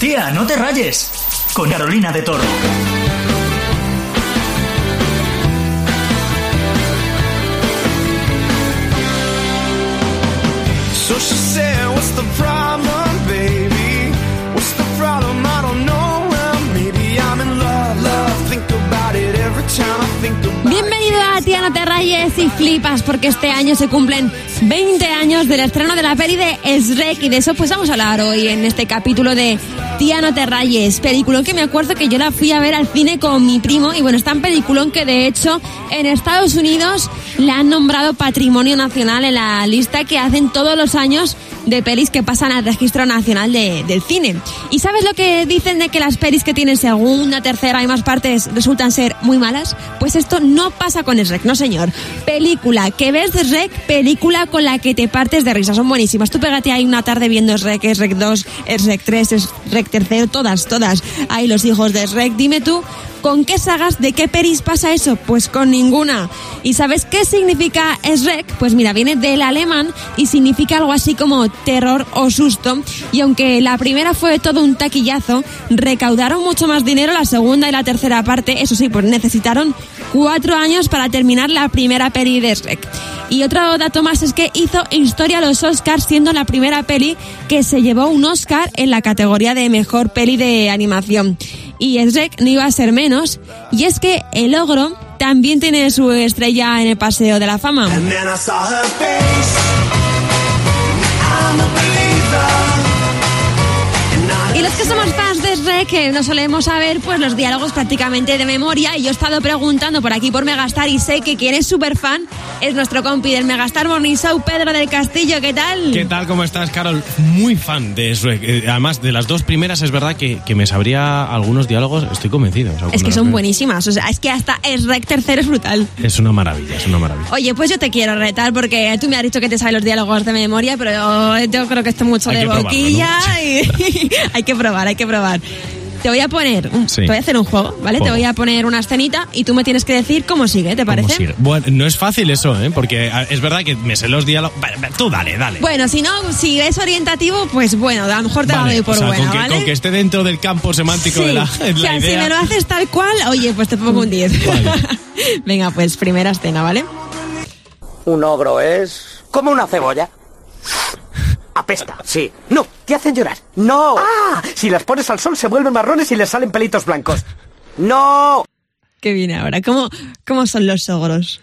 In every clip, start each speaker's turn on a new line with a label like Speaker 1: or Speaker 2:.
Speaker 1: Tía, no te rayes. Con Carolina de Toro.
Speaker 2: So she said, What's the problem, baby? What's the problem? I don't know. Well, maybe I'm in love, love. Think about it every time I think about
Speaker 3: Bienvenido a Tía No Te Rayes y Flipas, porque este año se cumplen 20 años del estreno de la peli de Shrek y de eso pues vamos a hablar hoy en este capítulo de Tía No Te Rayes, peliculón que me acuerdo que yo la fui a ver al cine con mi primo y bueno, es tan peliculón que de hecho en Estados Unidos la han nombrado Patrimonio Nacional en la lista que hacen todos los años de pelis que pasan al Registro Nacional de- del Cine. ¿Y sabes lo que dicen de que las pelis que tienen segunda, tercera y más partes resultan ser muy malas? Pues esto no pasa con Shrek, no señor. Película que ves de Shrek, película con la que te partes de risa, son buenísimas. Tú pégate ahí una tarde viendo Shrek, Shrek 2, Shrek 3, Shrek tercero, todas, todas. Ahí los hijos de Shrek, dime tú. ¿Con qué sagas de qué peris pasa eso? Pues con ninguna. ¿Y sabes qué significa Shrek? Pues mira, viene del alemán y significa algo así como terror o susto. Y aunque la primera fue todo un taquillazo, recaudaron mucho más dinero la segunda y la tercera parte. Eso sí, pues necesitaron cuatro años para terminar la primera peli de Shrek. Y otro dato más es que hizo historia a los Oscars siendo la primera peli que se llevó un Oscar en la categoría de mejor peli de animación y Shrek no iba a ser menos. Y es que el ogro también tiene su estrella en el Paseo de la Fama.
Speaker 2: And then I saw her face. I'm a believer. And I
Speaker 3: Y los que somos fans de Shrek, que no solemos saber pues los diálogos prácticamente de memoria, y yo he estado preguntando por aquí por Megastar y sé que quien es súper fan es nuestro compi del Megastar Morning Show, Pedro del Castillo, ¿qué tal?
Speaker 4: ¿Qué tal? ¿Cómo estás, Carol? Muy fan de Shrek. Eh, Además, de las dos primeras es verdad que, que me sabría algunos diálogos, estoy convencido. o sea,
Speaker 3: Es
Speaker 4: cuando
Speaker 3: que
Speaker 4: las
Speaker 3: son
Speaker 4: veo.
Speaker 3: buenísimas, o sea, es que hasta Shrek tercero es brutal.
Speaker 4: Es una maravilla, es una maravilla.
Speaker 3: Oye, pues yo te quiero retar porque tú me has dicho que te sabes los diálogos de memoria, pero yo, yo creo que esto es mucho
Speaker 4: Hay
Speaker 3: de
Speaker 4: que probarlo,
Speaker 3: boquilla y hay que probar, hay que probar. Te voy a poner, un-
Speaker 4: Sí.
Speaker 3: te voy a hacer un juego, ¿vale? Te
Speaker 4: Juego.
Speaker 3: voy a poner una escenita y tú me tienes que decir cómo sigue, ¿te
Speaker 4: ¿Cómo
Speaker 3: parece?
Speaker 4: sigue? Bueno, no es fácil eso, ¿eh? Porque a- es verdad que me sé los diálogos. Vale, vale, tú dale, dale.
Speaker 3: Bueno, si no, si es orientativo, pues bueno, a lo mejor te
Speaker 4: Vale,
Speaker 3: lo doy por
Speaker 4: o sea,
Speaker 3: buena,
Speaker 4: con, que,
Speaker 3: ¿vale?
Speaker 4: con que esté dentro del campo semántico
Speaker 3: Sí.
Speaker 4: de la, de
Speaker 3: O
Speaker 4: la
Speaker 3: sea, si
Speaker 4: idea.
Speaker 3: me lo haces tal cual, oye, pues te pongo un 10.
Speaker 4: Vale.
Speaker 3: Venga, pues primera escena, ¿vale?
Speaker 5: Un ogro es como una cebolla. Apesta, sí. No, te hacen llorar. No. Ah, si las pones al sol se vuelven marrones y les salen pelitos blancos. No.
Speaker 3: ¿Qué viene ahora? ¿Cómo, cómo son los ogros?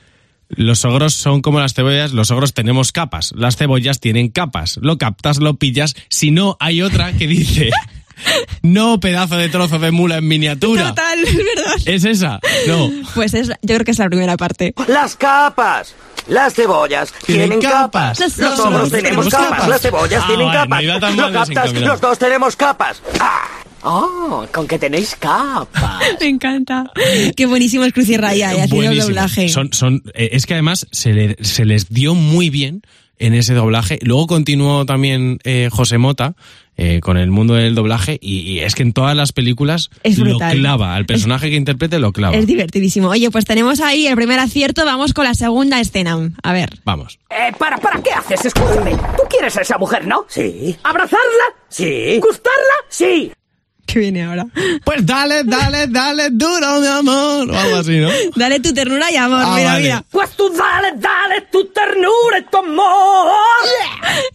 Speaker 4: Los ogros son como las cebollas, los ogros tenemos capas, las cebollas tienen capas, lo captas, lo pillas, si no hay otra que dice, no pedazo de trozo de mula en miniatura.
Speaker 3: Total, es verdad.
Speaker 4: ¿Es esa? No.
Speaker 3: Pues es, yo creo que es la primera parte.
Speaker 5: Las capas. Las cebollas tienen, capas.
Speaker 3: Los
Speaker 5: Los
Speaker 3: ogros
Speaker 5: ogros tenemos capas. Las cebollas
Speaker 4: Ah,
Speaker 5: tienen
Speaker 4: vale,
Speaker 5: capas.
Speaker 4: me iba tan
Speaker 5: Lo
Speaker 4: mal
Speaker 5: captas,
Speaker 4: desencaminado.
Speaker 5: los dos tenemos capas. Ah. Oh, con que tenéis capas.
Speaker 3: Me encanta. Qué buenísimo el Cruz y Raya, eh, haciendo el
Speaker 4: Buenísimo.
Speaker 3: doblaje.
Speaker 4: Son, son, eh, es que además se, le- se les dio muy bien en ese doblaje. Luego continuó también eh, José Mota eh, con el mundo del doblaje y, y es que en todas las películas
Speaker 3: Es
Speaker 4: lo
Speaker 3: brutal.
Speaker 4: clava, al personaje que interprete lo clava.
Speaker 3: Es divertidísimo. Oye, pues tenemos ahí el primer acierto, vamos con la segunda escena. A ver.
Speaker 4: Vamos.
Speaker 6: Eh, para, para, ¿qué haces? Escúchame. ¿Tú quieres a esa mujer, no?
Speaker 5: Sí.
Speaker 6: ¿Abrazarla?
Speaker 5: Sí.
Speaker 6: ¿Gustarla? Sí.
Speaker 3: ¿Qué viene ahora?
Speaker 4: Pues dale, dale, dale, duro, mi amor. O algo así, ¿no?
Speaker 3: Dale tu ternura y amor,
Speaker 4: Ah,
Speaker 3: mira,
Speaker 4: vale.
Speaker 3: mira.
Speaker 6: Pues tú dale, dale tu ternura y tu amor.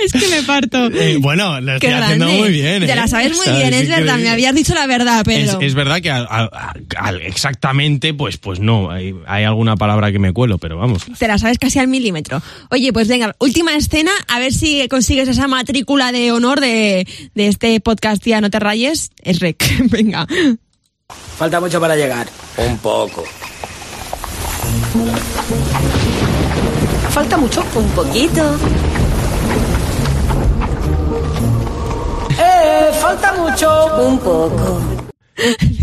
Speaker 3: Es que me parto.
Speaker 4: Eh, bueno, lo
Speaker 3: Qué
Speaker 4: estoy
Speaker 3: grande.
Speaker 4: haciendo muy bien.
Speaker 3: Te
Speaker 4: ¿eh?
Speaker 3: la sabes muy
Speaker 4: O sea,
Speaker 3: bien, es
Speaker 4: increíble.
Speaker 3: verdad. Me habías dicho la verdad,
Speaker 4: Es,
Speaker 3: Pedro.
Speaker 4: es verdad que al- al- al- exactamente, pues, pues no, hay, hay alguna palabra que me cuelo, pero vamos.
Speaker 3: Te la sabes casi al milímetro. Oye, pues venga, última escena, a ver si consigues esa matrícula de honor de, de este podcast, tía, no te rayes. Es rec. Venga.
Speaker 5: Falta mucho para llegar. Un poco.
Speaker 7: Falta mucho, un poquito.
Speaker 5: Falta mucho.
Speaker 7: Un poco.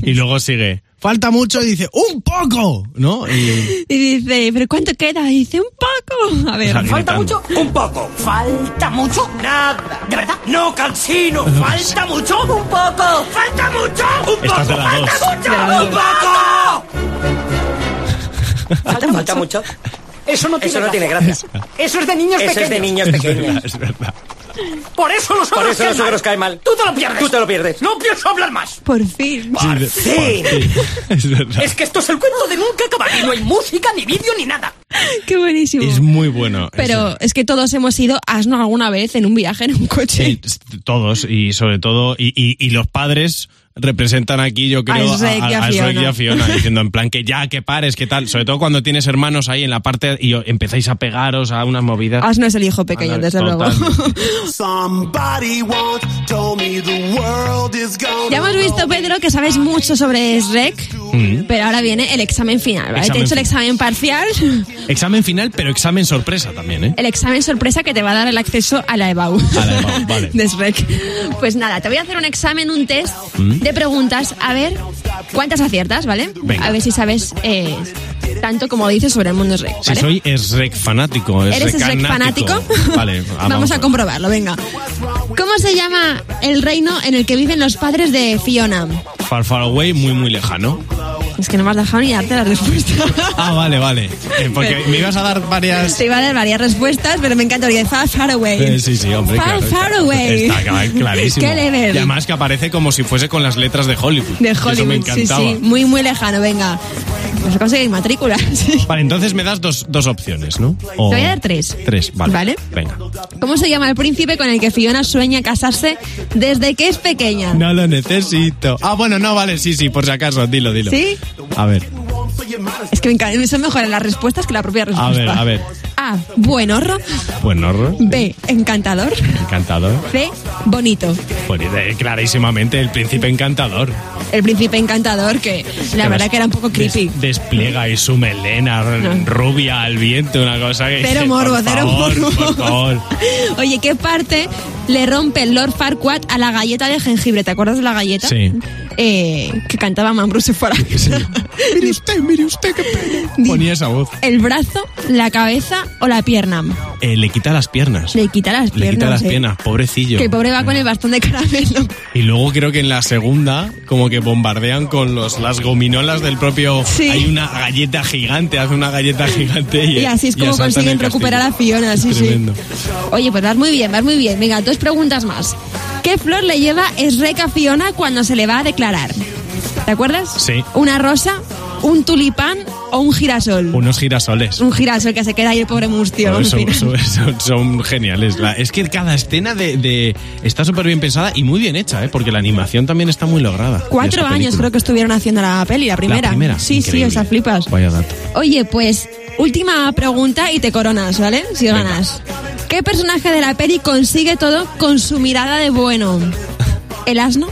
Speaker 4: Y luego sigue. Falta mucho y dice, ¡un poco! ¿No? Y,
Speaker 3: Y dice, ¿pero cuánto queda? Y dice, un poco. A ver.
Speaker 4: o sea,
Speaker 5: Falta
Speaker 4: gritando.
Speaker 5: mucho. Un poco.
Speaker 6: ¿Falta mucho?
Speaker 5: Nada.
Speaker 6: ¿De verdad? No, cansino. ¿Falta mucho? Un poco. ¿Falta mucho? Un
Speaker 4: Estas pues. de
Speaker 6: poco.
Speaker 4: las dos.
Speaker 6: ¿Falta mucho? Un poco.
Speaker 5: Falta, falta mucho.
Speaker 6: Eso no
Speaker 5: Eso no tiene gracia.
Speaker 6: Eso es de niños
Speaker 5: Eso es de niños
Speaker 4: Es verdad,
Speaker 5: pequeños.
Speaker 4: es verdad.
Speaker 6: Por eso los
Speaker 5: Por
Speaker 6: ogros
Speaker 5: eso
Speaker 6: caen
Speaker 5: los ogros caen mal.
Speaker 6: Tú te lo pierdes.
Speaker 5: Tú te lo pierdes.
Speaker 6: No pienso hablar más.
Speaker 3: Por fin.
Speaker 4: de-
Speaker 6: Sí.
Speaker 4: Es verdad.
Speaker 6: Es que esto es el cuento de nunca acabar. Y no hay música, ni vídeo, ni nada.
Speaker 3: Qué buenísimo.
Speaker 4: Es muy bueno. es
Speaker 3: Pero es que todos hemos ido asno alguna vez en un viaje en un coche.
Speaker 4: Sí, todos y sobre todo y, y- y los padres representan aquí yo creo
Speaker 3: A Shrek y a
Speaker 4: Shrek
Speaker 3: Fiona.
Speaker 4: y a Fiona diciendo en plan que ya que pares que tal sobre todo cuando tienes hermanos ahí en la parte y o- empezáis a pegaros a unas movidas
Speaker 3: Asno es el hijo pequeño,
Speaker 4: Ana,
Speaker 3: desde luego.
Speaker 4: totalmente.
Speaker 2: Somebody once told me the world is gonna
Speaker 3: Ya hemos visto, Pedro, que sabes mucho sobre Shrek, pero ahora viene el examen final. ¿vale? Te he
Speaker 4: Mm. Examen
Speaker 3: hecho el
Speaker 4: final.
Speaker 3: examen parcial,
Speaker 4: examen final pero examen sorpresa también eh
Speaker 3: el examen sorpresa que te va a dar el acceso a la EBAU.
Speaker 4: A la EBAU, vale.
Speaker 3: De Shrek. Pues nada, te voy a hacer un examen, un test
Speaker 4: Mm.
Speaker 3: de preguntas, a ver cuántas aciertas, ¿vale?
Speaker 4: Venga.
Speaker 3: A ver si sabes eh, tanto como dices sobre el mundo Shrek.
Speaker 4: si
Speaker 3: ¿vale?
Speaker 4: soy Shrek fanático
Speaker 3: ¿Eres
Speaker 4: Shrek
Speaker 3: Shrek fanático?
Speaker 4: vale
Speaker 3: Vamos a comprobarlo, venga. ¿Cómo se llama el reino en el que viven los padres de Fiona?
Speaker 4: far far away muy muy lejano
Speaker 3: Es que no me has dejado ni darte la respuesta.
Speaker 4: ah vale vale Eh, porque
Speaker 3: Pero-
Speaker 4: me ibas a dar varias
Speaker 3: Te iba a dar varias respuestas, pero me encanta porque far, far away.
Speaker 4: Eh, sí, sí, hombre.
Speaker 3: Far,
Speaker 4: claro,
Speaker 3: far
Speaker 4: está-
Speaker 3: away.
Speaker 4: Está clar- clarísimo.
Speaker 3: Qué level.
Speaker 4: Y además que aparece como si fuese con las letras de Hollywood.
Speaker 3: De
Speaker 4: Eso me
Speaker 3: Hollywood, sí,
Speaker 4: encantaba.
Speaker 3: sí. Muy, muy lejano, venga. Vas a conseguir matrícula, sí.
Speaker 4: Vale, entonces me das dos, dos opciones, ¿no? O-
Speaker 3: Te voy a dar tres.
Speaker 4: Tres, vale.
Speaker 3: Vale.
Speaker 4: Venga.
Speaker 3: ¿Cómo se llama el príncipe con el que Fiona sueña casarse desde que es pequeña?
Speaker 4: No lo necesito. Ah, bueno, no, vale, sí, sí, por si acaso, dilo, dilo.
Speaker 3: ¿Sí?
Speaker 4: A ver,
Speaker 3: Es que me encanta, son mejores las respuestas que la propia respuesta.
Speaker 4: ver, a ver.
Speaker 3: A. Buen horro.
Speaker 4: bueno,
Speaker 3: B. Encantador.
Speaker 4: encantador.
Speaker 3: C. Bonito.
Speaker 4: Bueno, eh, clarísimamente el príncipe encantador.
Speaker 3: El príncipe encantador, que la verdad
Speaker 4: des-
Speaker 3: que era un poco
Speaker 4: des-
Speaker 3: creepy.
Speaker 4: despliega y su melena r-
Speaker 3: No.
Speaker 4: rubia al viento, una cosa que...
Speaker 3: Cero
Speaker 4: dice,
Speaker 3: morbo,
Speaker 4: por
Speaker 3: cero
Speaker 4: favor,
Speaker 3: morbo.
Speaker 4: Por favor.
Speaker 3: Oye, ¿qué parte le rompe el Lord Farquaad a la galleta de jengibre? ¿Te acuerdas de la galleta?
Speaker 4: Sí.
Speaker 3: Eh, que cantaba Mambrose fuera.
Speaker 4: mire usted, mire usted, qué pena.
Speaker 3: Di-
Speaker 4: Ponía esa voz.
Speaker 3: ¿El brazo, la cabeza o la pierna?
Speaker 4: Eh, le quita las piernas.
Speaker 3: Le quita las piernas.
Speaker 4: Le quita las
Speaker 3: eh.
Speaker 4: piernas, pobrecillo.
Speaker 3: Que el pobre va con el bastón de caramelo.
Speaker 4: Y luego creo que en la segunda, como que bombardean con los, las gominolas del propio.
Speaker 3: Sí.
Speaker 4: Hay una galleta gigante, hace una galleta gigante. Y,
Speaker 3: Y así es
Speaker 4: y
Speaker 3: como
Speaker 4: asaltan
Speaker 3: consiguen
Speaker 4: el castillo.
Speaker 3: recuperar a Fiona, sí,
Speaker 4: Tremendo.
Speaker 3: sí. Oye, pues vas muy bien, vas muy bien. Venga, dos preguntas más. ¿Qué flor le lleva Shrek a Fiona cuando se le va a declarar? ¿Te acuerdas?
Speaker 4: Sí.
Speaker 3: ¿Una rosa, un tulipán o un girasol?
Speaker 4: Unos girasoles.
Speaker 3: Un girasol que se queda ahí el pobre mustio.
Speaker 4: Joder,
Speaker 3: en
Speaker 4: son,
Speaker 3: fin.
Speaker 4: son- son- son geniales. La- es que cada escena de, de- está súper bien pensada y muy bien hecha, ¿eh? porque la animación también está muy lograda. de
Speaker 3: Cuatro
Speaker 4: esta
Speaker 3: años
Speaker 4: película.
Speaker 3: creo que estuvieron haciendo la peli, la primera.
Speaker 4: La primera.
Speaker 3: Sí, sí,
Speaker 4: Increíble.
Speaker 3: o sea, flipas.
Speaker 4: Vaya dato.
Speaker 3: Oye, pues última pregunta y te coronas, ¿vale? Si
Speaker 4: Venga.
Speaker 3: ganas. ¿Qué personaje de la peli consigue todo con su mirada de bueno? ¿El asno?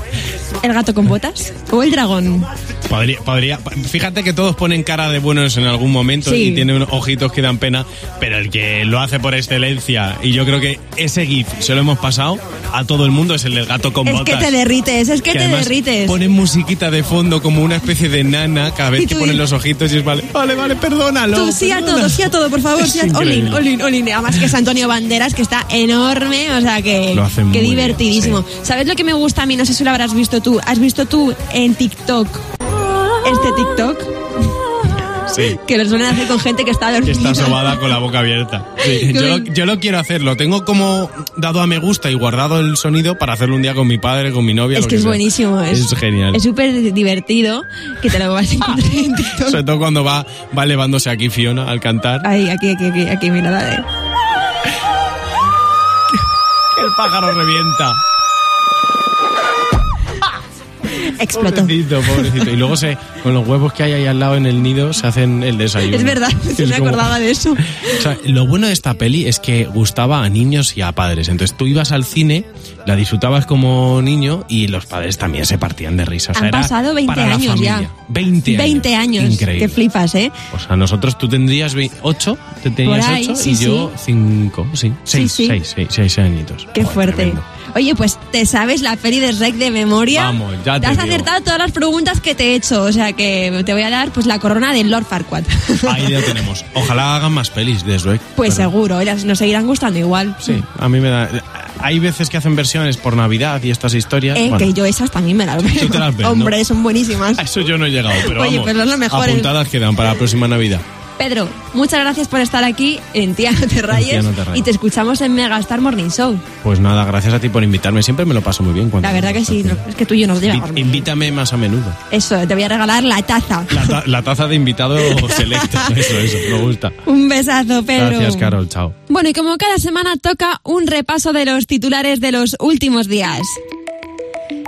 Speaker 3: ¿El gato con botas? ¿O el dragón?
Speaker 4: Podría, podría- fíjate que todos ponen cara de buenos en algún momento
Speaker 3: Sí.
Speaker 4: y tienen ojitos que dan pena, pero el que lo hace por excelencia, y yo creo que ese GIF se lo hemos pasado a todo el mundo, es el del gato con
Speaker 3: Es que
Speaker 4: botas.
Speaker 3: te derrites, es que, te
Speaker 4: además
Speaker 3: derrites.
Speaker 4: Ponen musiquita de fondo como una especie de nana cada
Speaker 3: Y
Speaker 4: vez
Speaker 3: tú
Speaker 4: que ponen
Speaker 3: dices-
Speaker 4: los ojitos y es vale, vale, vale, perdónalo.
Speaker 3: Tú, sí a
Speaker 4: perdona.
Speaker 3: todo, sí a todo, por favor.
Speaker 4: Es
Speaker 3: Sí a- Olin,
Speaker 4: increíble.
Speaker 3: Olin, Olin. Además que es Antonio Banderas, que está enorme, o sea que,
Speaker 4: Lo hace
Speaker 3: que
Speaker 4: muy bien,
Speaker 3: divertidísimo. ¿Sabes lo que me gusta a mí? No sé si lo habrás visto tú. ¿Has visto tú en TikTok este TikTok?
Speaker 4: Sí.
Speaker 3: Que lo suelen hacer con gente que está
Speaker 4: que
Speaker 3: dormida.
Speaker 4: está sobada con la boca abierta. Sí, yo, lo, yo lo quiero hacer, lo tengo como dado a me gusta y guardado el sonido para hacerlo un día con mi padre, con mi novia.
Speaker 3: Es
Speaker 4: lo
Speaker 3: que es
Speaker 4: sea.
Speaker 3: buenísimo. Es,
Speaker 4: Es genial.
Speaker 3: Es súper divertido que te lo vas a encontrar en TikTok.
Speaker 4: Sobre todo cuando va, va elevándose aquí Fiona al cantar.
Speaker 3: Ahí, aquí, aquí, aquí, aquí, mira, dale.
Speaker 4: El pájaro revienta.
Speaker 3: Explotó.
Speaker 4: Pobrecito, pobrecito. Y luego se, con los huevos que hay ahí al lado en el nido se hacen el desayuno.
Speaker 3: Es verdad, sí
Speaker 4: Es
Speaker 3: me
Speaker 4: como-
Speaker 3: acordaba de eso.
Speaker 4: O sea, lo bueno de esta peli es que gustaba a niños y a padres. Entonces tú ibas al cine, la disfrutabas como niño y los padres también se partían de risa. O sea,
Speaker 3: Han
Speaker 4: Pues era
Speaker 3: pasado 20
Speaker 4: para la
Speaker 3: años
Speaker 4: familia.
Speaker 3: ya.
Speaker 4: 20 años.
Speaker 3: 20 años.
Speaker 4: Increíble.
Speaker 3: Que flipas, ¿eh?
Speaker 4: O sea, nosotros tú tendrías 8, te tenías
Speaker 3: Por ahí,
Speaker 4: 8
Speaker 3: sí,
Speaker 4: y yo 5, sí, 6,
Speaker 3: sí.
Speaker 4: 6, 6, añitos.
Speaker 3: Qué
Speaker 4: Joder,
Speaker 3: fuerte.
Speaker 4: tremendo.
Speaker 3: Oye, pues te sabes la peli de Rec de memoria.
Speaker 4: Vamos, ya te
Speaker 3: has
Speaker 4: digo.
Speaker 3: acertado todas las preguntas que te he hecho. O sea que te voy a dar pues la corona del Lord Farquaad.
Speaker 4: Ahí lo tenemos. Ojalá hagan más pelis de Shrek.
Speaker 3: pues
Speaker 4: pero-
Speaker 3: seguro, ellas nos seguirán gustando igual.
Speaker 4: Sí, a mí me da... Hay veces que hacen versiones por Navidad y estas historias.
Speaker 3: Eh,
Speaker 4: bueno,
Speaker 3: Que yo esas también me las veo.
Speaker 4: Tú te las ves, ¿no?
Speaker 3: Hombre, son buenísimas.
Speaker 4: A eso yo no he llegado, pero
Speaker 3: Oye,
Speaker 4: vamos,
Speaker 3: pero es lo mejor, ¿eh?
Speaker 4: apuntadas quedan para la próxima Navidad.
Speaker 3: Pedro, muchas gracias por estar aquí en Tía No Te Rayes
Speaker 4: No Te Rayes.
Speaker 3: y te escuchamos en Megastar Morning Show.
Speaker 4: Pues nada, gracias a ti por invitarme. Siempre me lo paso muy bien cuando.
Speaker 3: La verdad que sí, es que tú y yo nos llevamos.
Speaker 4: Invi- Invítame más a menudo.
Speaker 3: Eso, te voy a regalar la taza.
Speaker 4: La, ta- la taza de invitado selecto. Eso, eso, me gusta.
Speaker 3: Un besazo, Pedro.
Speaker 4: Gracias, Carol. Chao.
Speaker 3: Bueno, y como cada semana toca un repaso de los titulares de los últimos días.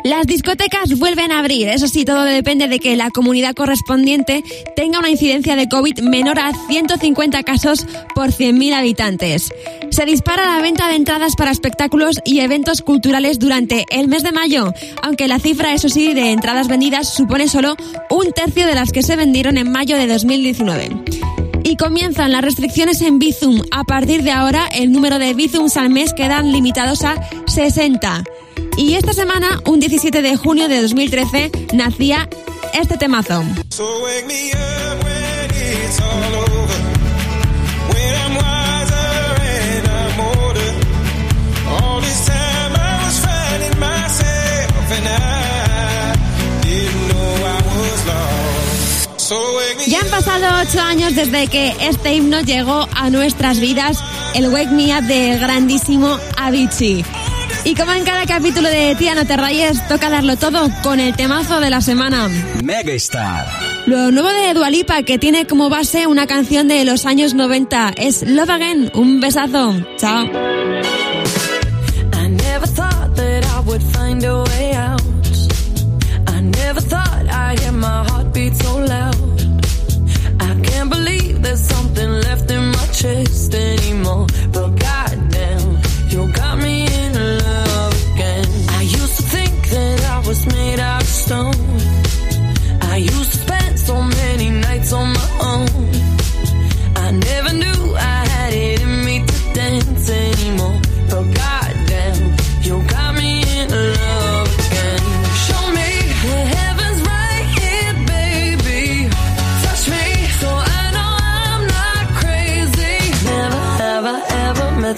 Speaker 3: Las discotecas vuelven a abrir, eso sí, todo depende de que la comunidad correspondiente tenga una incidencia de COVID menor a 150 casos por 100.000 habitantes. Se dispara la venta de entradas para espectáculos y eventos culturales durante el mes de mayo, aunque la cifra, eso sí, de entradas vendidas supone solo un tercio de las que se vendieron en mayo de 2019. Y comienzan las restricciones en Bizum. A partir de ahora, el número de Bizums al mes quedan limitados a 60. Y esta semana, un 17 de junio de 2013, nacía este temazo.
Speaker 2: So wake me up when it's all over. When I'm wiser and I'm older. All this time I was finding myself and I didn't know I was lost. So wake me
Speaker 3: Ya han pasado ocho años desde que este himno llegó a nuestras vidas, el Wake Me Up de grandísimo Avicii. Y como en cada capítulo de Tía No Te Rayes, toca darlo todo con el temazo de la semana.
Speaker 7: Megastar.
Speaker 3: Lo nuevo de Dualipa, que tiene como base una canción de los años 90, es Love Again. Un besazo. Chao.
Speaker 8: I never thought that I would find a way out. I never thought I'd hear my heartbeat so loud. I can't believe there's something left in my chest anymore. But goddamn, you got me in love again. I used to think that I was made out of stone. I used to spend so many nights on my own. I never knew I had it in me to dance anymore. But goddamn, you got me in love again. Show me the heavens right here, baby. Touch me so I know I'm not crazy. Never have I ever met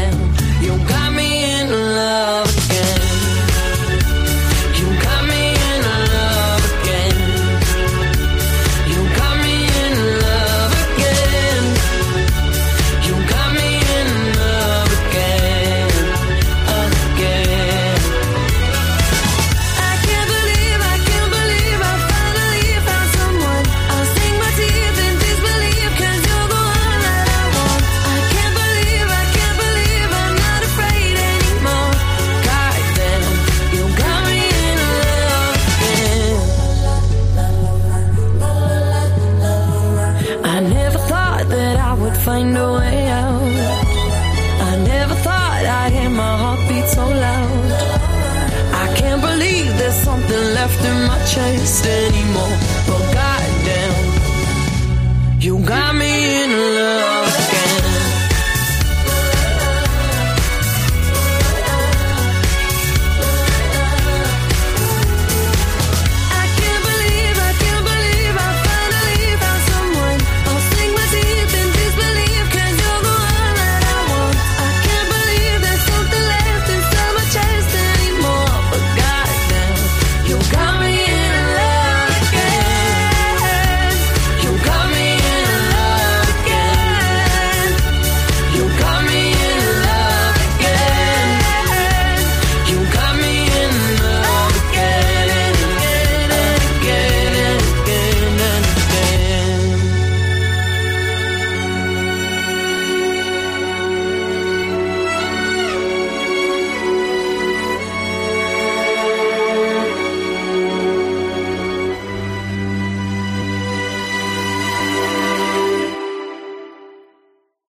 Speaker 8: you got me in love again. You got me in love again. You got me in love again. You got me in love again, again. I can't believe, I can't believe I finally found someone. I'll sink my teeth in disbelief 'cause you're the one that I want. I can't believe, I can't believe I'm not afraid anymore. Goddamn, you got me in love again. I never thought that I would find a way out. I never thought I'd hear my heartbeat so loud. I can't believe there's something left in my chest anymore. Oh,